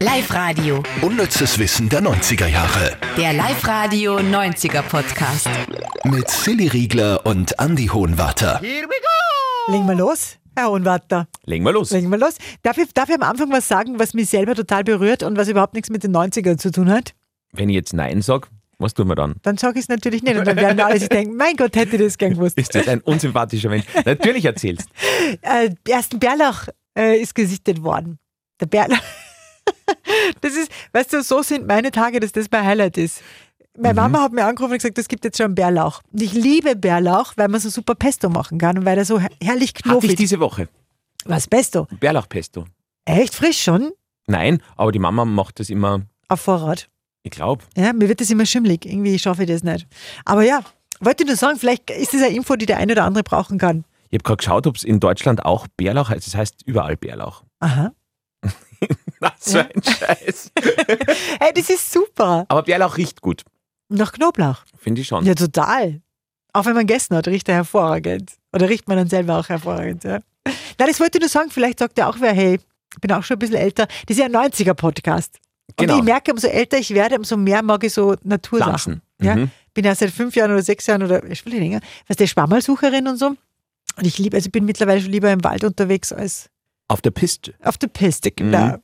Live-Radio. Unnützes Wissen der 90er Jahre. Der Live-Radio 90er Podcast. Mit Silly Riegler und Andy Hohenwarter. Legen wir los, Herr Hohenwarter. Legen wir los. Legen wir los. Darf ich, darf ich am Anfang was sagen, was mich selber total berührt und was überhaupt nichts mit den 90ern zu tun hat? Wenn ich jetzt Nein sage, was tun wir dann? Dann sage ich es natürlich nicht und dann werden alle sich denken, mein Gott, hätte ich das gern gewusst. Ist das ein unsympathischer Mensch? Natürlich erzählst. Äh, ersten Bärlauch äh, ist gesichtet worden. Der Bärlauch. Das ist, weißt du, so sind meine Tage, dass das mein Highlight ist. Meine Mama hat mir angerufen und gesagt, es gibt jetzt schon Bärlauch. Und ich liebe Bärlauch, weil man so super Pesto machen kann und weil er so her- herrlich Hatte ich knuffig ist. diese Woche. Was, Pesto? Bärlauchpesto. Echt frisch schon? Nein, aber die Mama macht das immer, Auf Vorrat. ich glaube. Ja, mir wird das immer schimmelig. Irgendwie schaffe ich das nicht. Aber ja, wollte ich nur sagen, vielleicht ist das eine Info, die der eine oder andere brauchen kann. Ich habe gerade geschaut, ob es in Deutschland auch Bärlauch heißt. Das heißt überall Bärlauch. Aha. Das ist Ja. ein Scheiß. Ey, das ist super. Aber Bärlauch riecht gut. Nach Knoblauch. Finde ich schon. Ja, total. Auch wenn man gegessen hat, riecht er hervorragend. Oder riecht man dann selber auch hervorragend, ja. Na, das wollte ich nur sagen. Vielleicht sagt ja auch wer, hey, ich bin auch schon ein bisschen älter. Das ist ja ein 90er-Podcast. Und Genau. ich merke, umso älter ich werde, umso mehr mag ich so Natursachen. Pflanzen. Ja? Mhm. Bin ja seit fünf Jahren oder sechs Jahren oder schon viel länger, weißt du, Schwammerlsucherin und so. Und ich liebe, also ich bin mittlerweile schon lieber im Wald unterwegs als Auf der Piste. auf der Piste, Mhm. genau.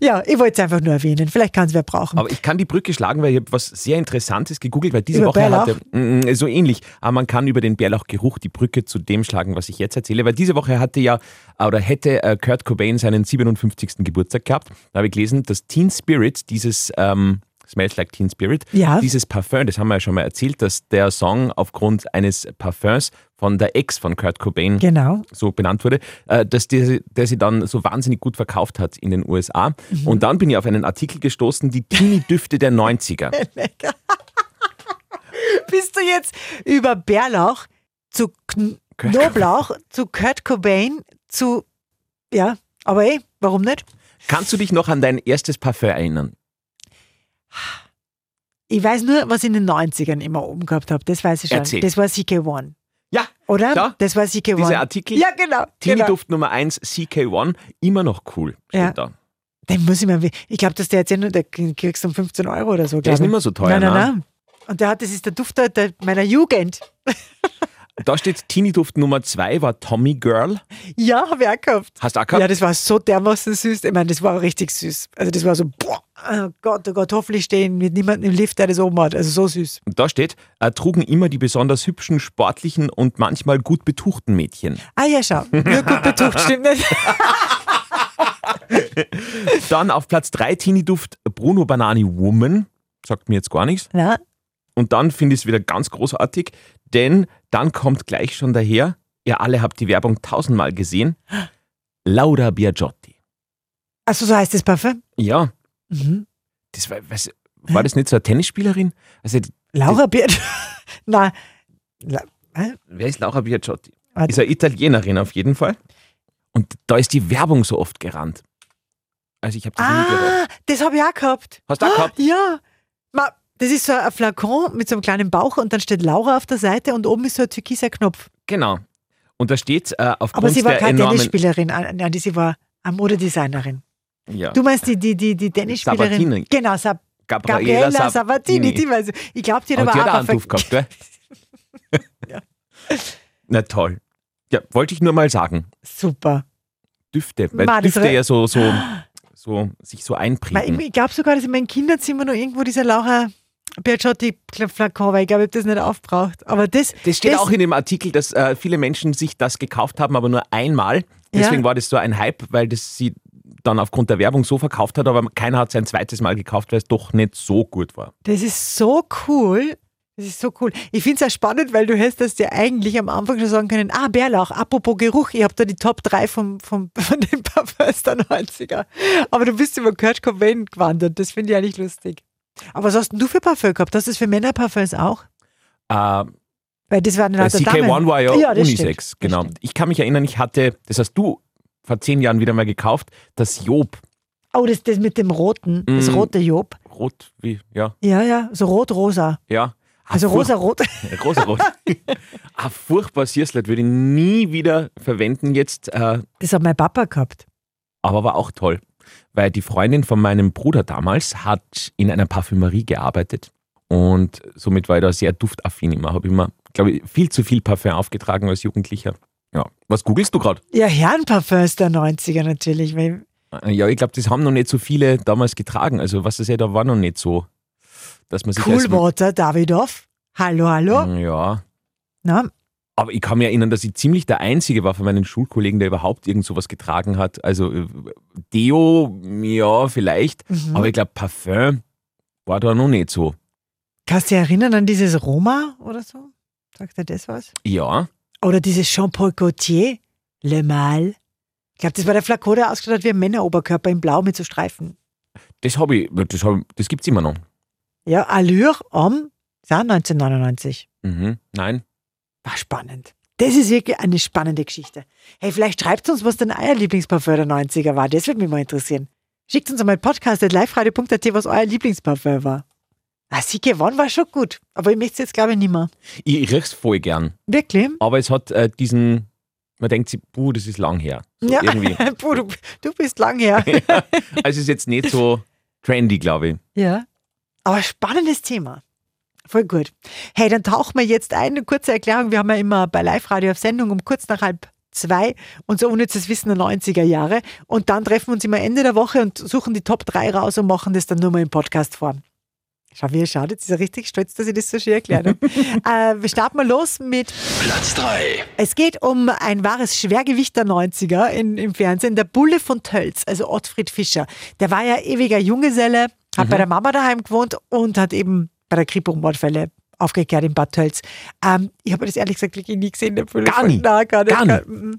Ja, ich wollte es einfach nur erwähnen. Vielleicht kann es wer brauchen. Aber ich kann die Brücke schlagen, weil ich habe was sehr Interessantes gegoogelt, weil diese Über Woche Bärlauch? hatte Mm, mm, so ähnlich, aber man kann über den Bärlauchgeruch die Brücke zu dem schlagen, was ich jetzt erzähle, weil diese Woche hatte ja oder hätte äh, Kurt Cobain seinen 57. Geburtstag gehabt. Da habe ich gelesen, dass Teen Spirit dieses ähm, Smells Like Teen Spirit, Ja. dieses Parfum, das haben wir ja schon mal erzählt, dass der Song aufgrund eines Parfums von der Ex von Kurt Cobain genau. so benannt wurde, äh, dass der, der sie dann so wahnsinnig gut verkauft hat in den USA. Und dann bin ich auf einen Artikel gestoßen, die Teenie-Düfte der 90er. Bist du jetzt über Bärlauch zu Kn Kurt Knoblauch, zu Kurt Cobain, zu. Ja, aber eh, warum nicht? Kannst du dich noch an dein erstes Parfum erinnern? Ich weiß nur, was ich in den 90ern immer oben gehabt habe. Das weiß ich schon. Erzähl. Das war CK1. Ja, Oder? Da? Das war CK1. Dieser Artikel? Ja, genau. genau. Teenie-Duft Nummer 1, CK1, immer noch cool. steht Ja. Da. Den muss ich mal. Ich glaube, dass der jetzt eh nur, der kriegst du um 15 Euro oder so. Der glaub ist ich. nicht mehr so teuer. Nein, nein, ne? nein. Und der hat, das ist der Duft der- der- meiner Jugend. Da steht Teenie-Duft Nummer 2 war Tommy Girl. Ja, habe ich auch gehabt. Hast du auch Ja, gehabt? das war so dermaßen süß. Ich meine, das war richtig süß. Also das war so, boah, oh Gott, oh Gott, hoffentlich stehen mit niemandem im Lift, der das oben hat. Also so süß. Und da steht, äh, trugen immer die besonders hübschen, sportlichen und manchmal gut betuchten Mädchen. Ah ja, schau. Nur gut betucht, stimmt nicht? Dann auf Platz 3 Teenie-Duft Bruno Banani Woman. Sagt mir jetzt gar nichts. Na, Und dann finde ich es wieder ganz großartig, denn dann kommt gleich schon daher, ihr alle habt die Werbung tausendmal gesehen, Laura Biagiotti. also so heißt das Parfüm. Ja, Mhm. das war, was, war das nicht so eine Tennisspielerin? Also, Laura Biert. Na, La- wer ist Laura Biagiotti? Warte. Ist eine Italienerin auf jeden Fall. Und da ist die Werbung so oft gerannt. Also ich habe das nie gehört. ah, das habe ich auch gehabt. Hast du auch Ah, gehabt? Ja. Ma, das ist so ein Flakon mit so einem kleinen Bauch und dann steht Laura auf der Seite und oben ist so ein türkiser Knopf. Genau. Und da steht äh, aufgrund Aber sie war der keine enormen... Tennisspielerin, Ah, nein, die- sie war eine Modedesignerin. Ja. Du meinst die, die, die, die Tennisspielerin? Sabatini. Genau, Sab Gabriela, Gabriela Sabatini. Die weiß ich. ich glaube, die hat Und aber die hat auch auch einen ver- Duft gehabt, gell? Na toll. Ja, wollte ich nur mal sagen. Super. Düfte. Weil Mann, das Düfte re- ja so, so, so sich so einprägen. Weil Ich, ich glaube sogar, dass in meinem Kinderzimmer noch irgendwo dieser Laura Biagiotti Flakon war. Ich glaube, ich habe das nicht aufgebraucht. Aber das, das steht auch in dem Artikel, dass äh, viele Menschen sich das gekauft haben, aber nur einmal. Deswegen Ja. war das so ein Hype, weil das sie dann aufgrund der Werbung so verkauft hat, aber keiner hat sein zweites Mal gekauft, weil es doch nicht so gut war. das ist so cool. Das ist so cool. Ich finde es auch spannend, weil du hättest das dir eigentlich am Anfang schon sagen können. Ah, Bärlauch, apropos Geruch, ich habe da die Top 3 vom, vom, von den Parfums der 90er. Aber du bist über Kurt Cobain gewandert. Das finde ich eigentlich lustig. Aber was hast denn du für Parfüm gehabt? Hast du das für Männerparfüms auch? Äh, Weil das waren Der lauter Damen. CK1 war ja, Ja, das Unisex, stimmt. Das genau. stimmt. Ich kann mich erinnern, ich hatte, das hast du vor zehn Jahren wieder mal gekauft, das Job. Oh, das, das mit dem roten, das Mm. rote Job. Rot, wie, ja, Ja, ja, so rot-rosa. ja. Ah, Also furch- rosa-rot. Rosarot. ah, furchtbar Sierslet, würde ich nie wieder verwenden jetzt, äh, Das hat mein Papa gehabt. aber war auch toll. weil die Freundin von meinem Bruder damals hat in einer Parfümerie gearbeitet und somit war ich da sehr duftaffin immer. Habe immer, glaube ich, viel zu viel Parfum aufgetragen als Jugendlicher. Ja, was googelst du gerade? Ja, Herrenparfüms der 90er natürlich. weil- Äh, Ja, ich glaube, das haben noch nicht so viele damals getragen. Also was das ja da war noch nicht so, dass man sich als- Mm, Coolwater, Davidoff. Hallo, hallo. ja Na, Aber ich kann mich erinnern, dass ich ziemlich der Einzige war von meinen Schulkollegen, der überhaupt irgend sowas getragen hat. Also äh, Deo, ja, vielleicht. mhm. Aber ich glaube, Parfum war da noch nicht so. Kannst du dich erinnern an dieses Roma oder so? Sagt er das was? Ja, Oder dieses Jean-Paul Gaultier, Le Mal. Ich glaube, das war der Flakon, der ausgeschaut hat wie ein Männeroberkörper in Blau mit so Streifen. das habe ich, das, hab, ich- das gibt es immer noch. Ja, Allure Homme, sah 1999. Mhm. Nein. War spannend. Das ist wirklich eine spannende Geschichte. Hey, vielleicht schreibt uns, was dein euer Lieblingsparfum der 90er war. Das würde mich mal interessieren. Schickt uns einmal podcast.liferadio.at, was euer Lieblingsparfum war. Ah, sie gewonnen war schon gut, aber ich möchte es jetzt, glaube ich, nicht mehr. Ich, ich riech's voll gern. Wirklich? Aber es hat äh, diesen, man denkt sich, puh, das ist lang her. So Ja. irgendwie. Puh, du, du bist lang her. Also es ist jetzt nicht so trendy, glaube ich. Ja. Aber spannendes Thema. Voll gut. Hey, dann tauchen wir jetzt ein. Eine kurze Erklärung. Wir haben ja immer bei Live-Radio auf Sendung um kurz nach halb zwei unser unnützes Wissen der 90er Jahre. Und dann treffen wir uns immer Ende der Woche und suchen die Top 3 raus und machen das dann nur mal in Podcast-Form. Schau, wie ihr schaut. Jetzt ist er richtig stolz, dass ich das so schön erklärt habe. äh, wir starten mal los mit Platz 3. es geht um ein wahres Schwergewicht der 90er in, im Fernsehen, der Bulle von Tölz, also Ottfried Fischer. Der war ja ewiger Junggeselle, hat Mhm. bei der Mama daheim gewohnt und hat eben bei der Kripo-Mordfälle aufgekehrt in Bad Tölz. Ähm, ich habe das ehrlich gesagt wirklich nie gesehen, der Bulle Gar von- nicht. Nein, gar nicht. Gar nicht. mhm.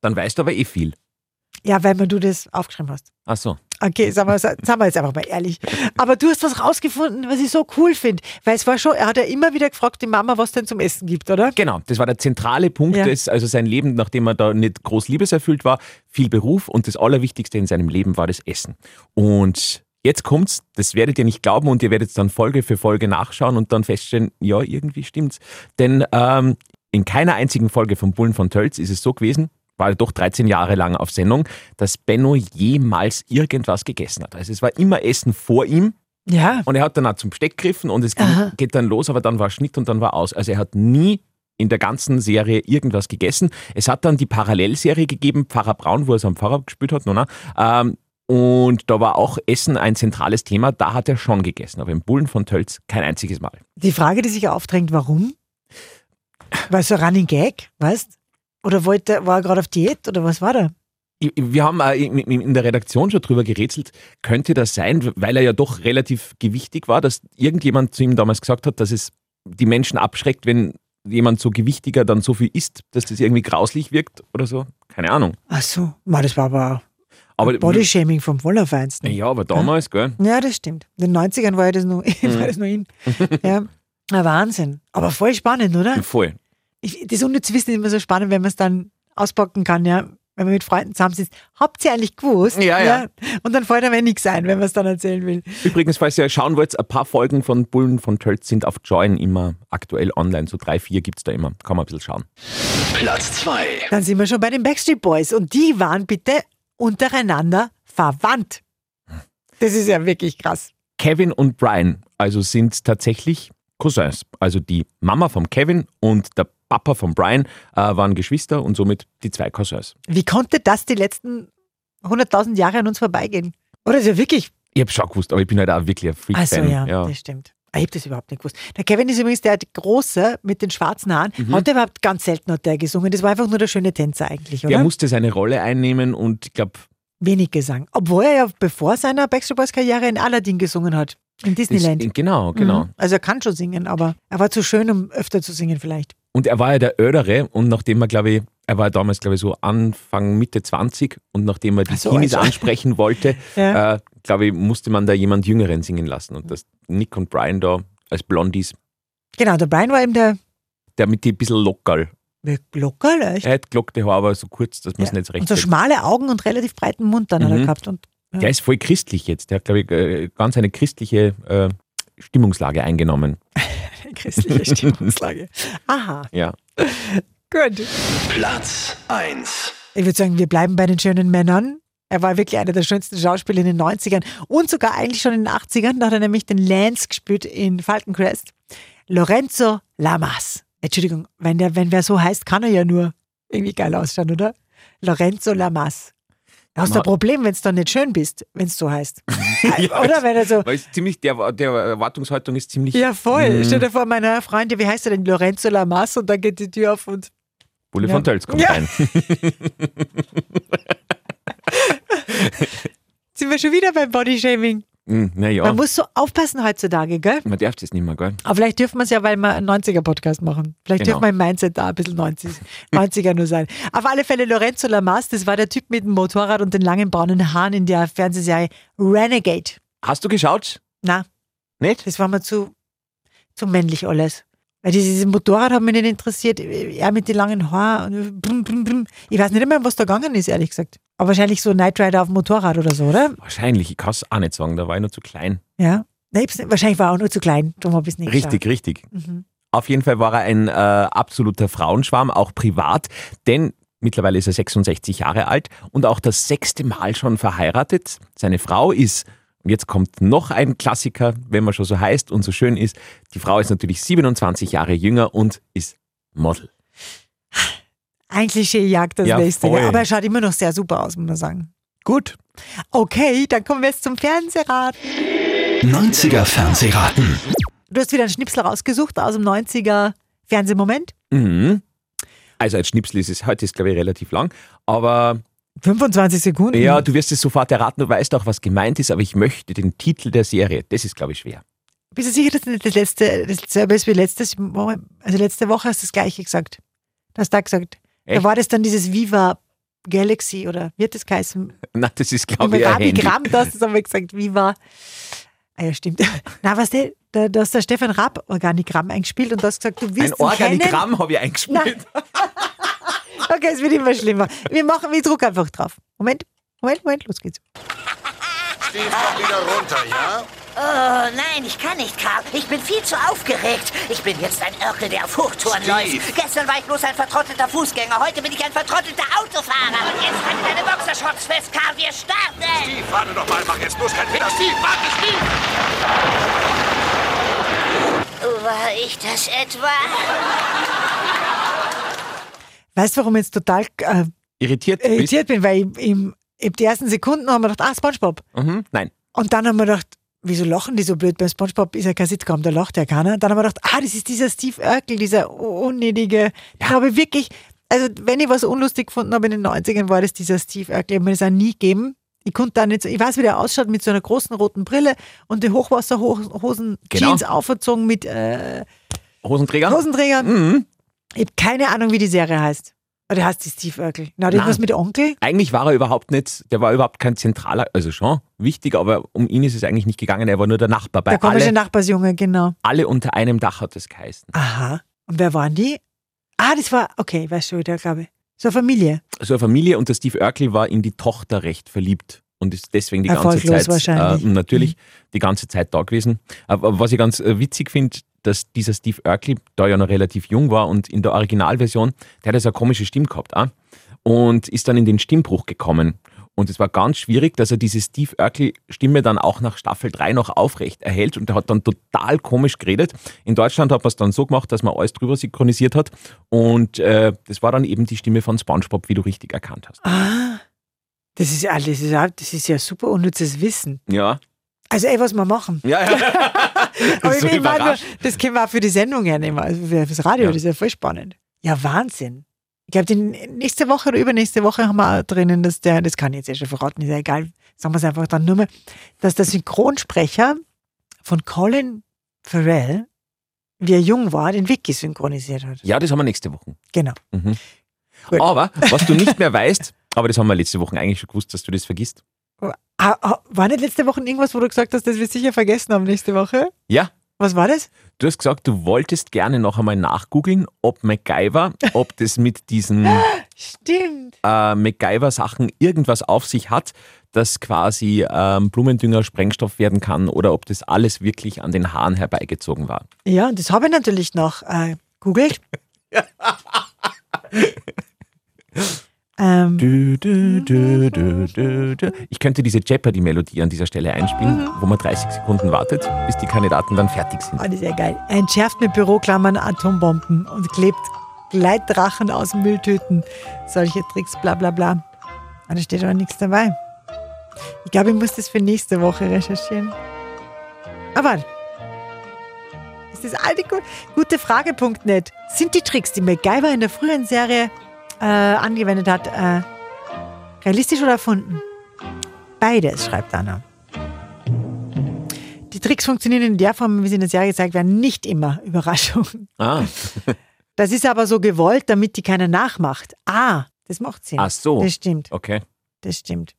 Dann weißt du aber eh viel. Ja, weil man du das aufgeschrieben hast. Ach so. Okay, sagen wir, sagen wir jetzt einfach mal ehrlich. Aber du hast was rausgefunden, was ich so cool finde. Weil es war schon, er hat ja immer wieder gefragt, die Mama, was denn zum Essen gibt, oder? Genau, das war der zentrale Punkt, Ja. des, also sein Leben, nachdem er da nicht groß liebeserfüllt war, viel Beruf und das Allerwichtigste in seinem Leben war das Essen. Und jetzt kommt's, das werdet ihr nicht glauben und ihr werdet dann Folge für Folge nachschauen und dann feststellen, ja, irgendwie stimmt's. Denn ähm, in keiner einzigen Folge von Bullen von Tölz ist es so gewesen, war er doch 13 Jahre lang auf Sendung, dass Benno jemals irgendwas gegessen hat. Also es war immer Essen vor ihm Ja. und er hat dann auch zum Besteck gegriffen und es ging, Aha. geht dann los, aber dann war Schnitt und dann war aus. Also er hat nie in der ganzen Serie irgendwas gegessen. Es hat dann die Parallelserie gegeben, Pfarrer Braun, wo er seinen Pfarrer gespielt hat, Nona. Ähm, und da war auch Essen ein zentrales Thema. Da hat er schon gegessen, aber im Bullen von Tölz kein einziges Mal. Die Frage, die sich aufdrängt, warum? War so Running Gag, weißt? Oder wollte, war er gerade auf Diät oder was war da? Ich- Wir haben äh, auch in in- in der Redaktion schon drüber gerätselt, könnte das sein, weil er ja doch relativ gewichtig war, dass irgendjemand zu ihm damals gesagt hat, dass es die Menschen abschreckt, wenn jemand so gewichtiger dann so viel isst, dass das irgendwie grauslich wirkt oder so. Keine Ahnung. Ach so, Ma, das war aber Aber, Bodyshaming vom Wollerfeinsten. ja, aber damals, gell? Ja, das stimmt. In den 90ern war ja das nur, Mhm. war das nur ihn. Ja. Na, Wahnsinn. Aber voll spannend, oder? Voll. Ich, das unnütze Wissen ist immer so spannend, wenn man es dann auspacken kann, ja. Wenn man mit Freunden zusammensitzt. Habt ihr eigentlich gewusst? Ja, ja. Und dann fällt einem nichts ein, wenn man es dann erzählen will. Übrigens, falls ihr schauen wollt, ein paar Folgen von Bullen von Tölz sind auf Join immer aktuell online. So drei, vier gibt es da immer. Kann man ein bisschen schauen. Platz 2. Dann sind wir schon bei den Backstreet Boys und die waren bitte untereinander verwandt. Das ist ja wirklich krass. Kevin und Brian, also sind tatsächlich Cousins. Also die Mama vom Kevin und der Papa von Brian äh, waren Geschwister und somit die zwei Cousins. Wie konnte das die letzten 100.000 Jahre an uns vorbeigehen? Oder ist ja wirklich? Ich hab's schon gewusst, aber ich bin halt auch wirklich ein Also Freak-Fan. ja, das stimmt. Ich habe das überhaupt nicht gewusst. Der Kevin ist übrigens der Große mit den schwarzen Haaren. Mhm. Hat der überhaupt ganz selten hat der gesungen. Das war einfach nur der schöne Tänzer eigentlich, Der oder? musste seine Rolle einnehmen und ich glaube, Wenig Gesang. Obwohl er ja bevor seiner Backstreet Boys Karriere in Aladdin gesungen hat. In Disneyland. genau, genau. Mhm. Also er kann schon singen, aber er war zu schön, um öfter zu singen vielleicht. Und er war ja der Ödere und nachdem er, glaube ich, er war damals, glaube ich, so Anfang, Mitte 20 und nachdem er die Ach so, Teenies also- ansprechen wollte, Ja. äh, glaube ich, musste man da jemand Jüngeren singen lassen und dass Nick und Brian da als Blondies, Genau, der Brian war eben der damit die ein bisschen locker Glockerl, echt. Er hat glockte Haar, aber so kurz, dass man es nicht recht und so sieht. schmale Augen und relativ breiten Mund dann hat er Mhm. gehabt. Und Der ist voll christlich jetzt. Der hat, glaube ich, äh, ganz eine christliche äh, Stimmungslage eingenommen. christliche Stimmungslage. Aha, Ja. gut. Platz 1. Ich würde sagen, wir bleiben bei den schönen Männern. Er war wirklich einer der schönsten Schauspieler in den 90ern und sogar eigentlich schon in den 80ern. Da hat er nämlich den Lance gespielt in Falcon Crest. Lorenzo Lamas. Entschuldigung, wenn, der, wenn wer so heißt, kann er ja nur irgendwie geil ausschauen, oder? Lorenzo Lamas. Da hast du Ma- ein Problem, wenn du dann nicht schön bist, wenn es so heißt. oder wenn er so. Weil es ziemlich, der, der Erwartungshaltung ist ziemlich Ja, voll. Stell dir vor, meiner Freundin, wie heißt er denn? Lorenzo Lamas und dann geht die Tür auf und Bulle Ja. von Tölz kommt Ja. rein. sind wir schon wieder beim Bodyshaming. Man Naja, muss so aufpassen heutzutage, gell? Hm, man darf das nicht mehr, gell? Aber vielleicht dürfen wir es ja, weil wir einen 90er-Podcast machen. Vielleicht Genau. dürfen wir im Mindset da ein bisschen 90, 90er nur sein. Auf alle Fälle Lorenzo Lamas, das war der Typ mit dem Motorrad und den langen braunen Haaren in der Fernsehserie Renegade. Hast du geschaut? Na, Nicht? das war mir zu, zu männlich alles. Weil dieses dieses Motorrad hat mich nicht interessiert. Er mit den langen Haaren. und Brum, brum, brum. Ich weiß nicht mehr, was da gegangen ist, ehrlich gesagt. Aber wahrscheinlich so Knight Rider auf dem Motorrad oder so, oder? Wahrscheinlich, ich kann es auch nicht sagen, da war ich noch zu klein. Ja. Nein, ich hab's nicht- wahrscheinlich war er auch nur zu klein. Darum habe ich es nicht Richtig, richtig. geschaut. Mhm. Auf jeden Fall war er ein äh, absoluter Frauenschwarm, auch privat, denn mittlerweile ist er 66 Jahre alt und auch das sechste Mal schon verheiratet. Seine Frau ist, und jetzt kommt noch ein Klassiker, wenn man schon so heißt und so schön ist, die Frau ist natürlich 27 Jahre jünger und ist Model. Ein Klischee jagt das Ja, nächste. voll. Ja, aber er schaut immer noch sehr super aus, muss man sagen. Gut. Okay, dann kommen wir jetzt zum Fernsehrat. 90er Fernsehraten. Du hast wieder einen Schnipsel rausgesucht aus dem 90er Fernsehmoment. Mhm. Also als Schnipsel ist es, heute ist glaube ich relativ lang, aber 25 Sekunden. ja, du wirst es sofort erraten und weißt auch, was gemeint ist, aber ich möchte den Titel der Serie, das ist glaube ich schwer. Bist du sicher, dass nicht das letzte, das selbe ist wie letztes, Mo- also letzte Woche hast du das gleiche gesagt. Du hast da gesagt. Da Echt? war das dann dieses Viva Galaxy oder wird das geheißen? Na, das ist glaube Mit ich ein Rabi Handy. Gramm, das haben wir gesagt, Viva. Ah ja, stimmt. Na, was der, da, da hast der Stefan Raab Organigramm eingespielt und du hast gesagt, du wirst Ein ihn kennen. Organigramm habe ich eingespielt. Okay, es wird immer schlimmer. Wir machen, wir drucken einfach drauf. Moment, Moment, Moment, los geht's. Steve, komm wieder runter, ja? Oh nein, ich kann nicht, Karl. Ich bin viel zu aufgeregt. Ich bin jetzt ein Örkel, der auf Hochtouren läuft. Gestern war ich bloß ein vertrottelter Fußgänger. Heute bin ich ein vertrottelter Autofahrer. Und jetzt halte deine Boxershorts fest, Karl. Wir starten. Steve, warte doch mal, mach jetzt bloß keinen Fehler. Steve, warte, Steve! War ich das etwa? Weißt du, warum ich jetzt total äh, Irritiert? bist- irritiert bin? Weil im, im, in den ersten Sekunden haben wir gedacht, ah, Spongebob. Mhm. Nein. Und dann haben wir gedacht, wieso lachen die so blöd? Beim Spongebob ist ja kein Sitcom, da lacht ja keiner. Dann haben wir gedacht, ah, das ist dieser Steve Urkel, dieser u- unnötige. Ich glaube wirklich, also wenn ich was unlustig gefunden habe in den 90ern, war das dieser Steve Urkel. Ich habe mir das auch nie gegeben. Ich konnte da nicht so, ich weiß, wie der ausschaut mit so einer großen roten Brille und die Hochwasserhosen, Genau. Jeans aufgezogen mit äh, Hosenträger? Hosenträger. mhm. Ich habe keine Ahnung, wie die Serie heißt. Oder heißt die Steve Urkel? Na, die Nein. was mit Onkel? Eigentlich war er überhaupt nicht, der war überhaupt kein zentraler, also schon wichtig, aber um ihn ist es eigentlich nicht gegangen, er war nur der Nachbar. Bei Der komische alle, Nachbarsjunge, genau. alle unter einem Dach hat es geheißen. Aha. Und wer waren die? Ah, das war, okay, ich weiß schon wieder, glaube ich. So eine Familie. So eine Familie und der Steve Urkel war in die Tochter recht verliebt und ist deswegen die ganze Erfolglos Zeit wahrscheinlich. Mhm. Äh, natürlich die ganze Zeit da gewesen. Aber was ich ganz äh, witzig finde, dass dieser Steve Urkel da ja noch relativ jung war und in der Originalversion, der hat ja so eine komische Stimme gehabt auch, und ist dann in den Stimmbruch gekommen. Und es war ganz schwierig, dass er diese Steve Urkel-Stimme dann auch nach Staffel 3 noch aufrecht erhält und er hat dann total komisch geredet. In Deutschland hat man es dann so gemacht, dass man alles drüber synchronisiert hat und äh, das war dann eben die Stimme von Spongebob, wie du richtig erkannt hast. Ah. Das ist, ja- das ist, ja- das ist ja super unnützes Wissen. Ja, Also, ey, was wir machen. ja, ja. Aber so ich meine, überrascht. das können wir auch für die Sendung hernehmen. Also für das Radio, Ja. das ist ja voll spannend. Ja, Wahnsinn. Ich glaube, die nächste Woche oder übernächste Woche haben wir auch drinnen, dass der, das kann ich jetzt eh schon verraten, ist ja egal, sagen wir es einfach dann nur mal, dass der Synchronsprecher von Colin Farrell, wie er jung war, den Vicky synchronisiert hat. ja, das haben wir nächste Woche. Genau. Gut. Aber was du nicht mehr weißt, aber das haben wir letzte Woche eigentlich schon gewusst, dass du das vergisst. Ah, ah, war nicht letzte Woche irgendwas, wo du gesagt hast, dass wir sicher vergessen haben nächste Woche? Ja, Was war das? du hast gesagt, du wolltest gerne noch einmal nachgoogeln, ob MacGyver, ob das mit diesen Stimmt. äh, MacGyver-Sachen irgendwas auf sich hat, dass quasi ähm, Blumendünger Sprengstoff werden kann oder ob das alles wirklich an den Haaren herbeigezogen war. Ja, und das habe ich natürlich noch äh, googelt. Ähm, Du, du, du, du, du, du. Ich könnte diese Jeopardy-Melodie an dieser Stelle einspielen, wo man 30 Sekunden wartet, bis die Kandidaten dann fertig sind. oh, das ist ja geil. Entschärft mit Büroklammern Atombomben und klebt Gleitdrachen aus Mülltüten. Solche Tricks, bla bla bla. Ah, Da steht aber nichts dabei. Ich glaube, ich muss das für nächste Woche recherchieren. Aber ist das alte gut? Gute Frage.net. Sind die Tricks, die MacGyver in der früheren Serie äh, angewendet hat, äh, realistisch oder erfunden? Beides, schreibt Anna. Die Tricks funktionieren in der Form, wie sie in der Serie gezeigt werden, nicht immer. Überraschung. Ah, Das ist aber so gewollt, damit die keiner nachmacht. Ah, das macht Sinn. ach so. Das stimmt, Okay. das stimmt.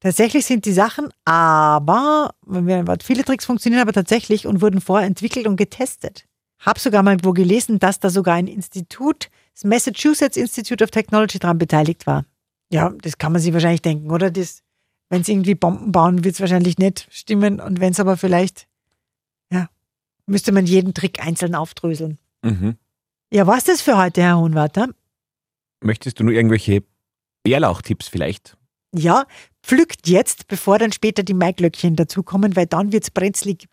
Tatsächlich sind die Sachen aber, wenn wir ein Wort, viele Tricks funktionieren aber tatsächlich und wurden vorher entwickelt und getestet. Hab sogar mal wo gelesen, dass da sogar ein Institut, das Massachusetts Institute of Technology, dran beteiligt war. Ja, das kann man sich wahrscheinlich denken, oder? Das, wenn es irgendwie Bomben bauen, wird es wahrscheinlich nicht stimmen. Und wenn es aber vielleicht, ja, müsste man jeden Trick einzeln aufdröseln. Mhm. Ja, was das für heute, Herr Hohenwarter? Möchtest du nur irgendwelche Bärlauchtipps vielleicht? Ja, pflückt jetzt, bevor dann später die Maiglöckchen dazukommen, weil dann wird's brenzlig.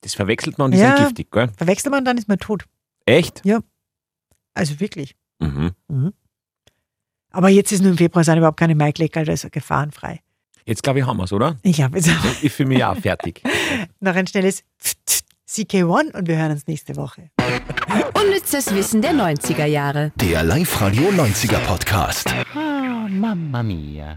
Das verwechselt man und die sind Ja. giftig, gell? Verwechselt man, dann ist man tot. Echt? Also wirklich. Mhm. Aber jetzt ist nur im Februar sind überhaupt keine Maiglöckel, also gefahrenfrei. Jetzt glaube ich, haben wir es, oder? Ich habe jetzt Ich fühle mich auch fertig. noch ein schnelles CK1 und wir hören uns nächste Woche. Unnützes Wissen der 90er Jahre. Der Live-Radio 90er Podcast. Ah, mamma mia.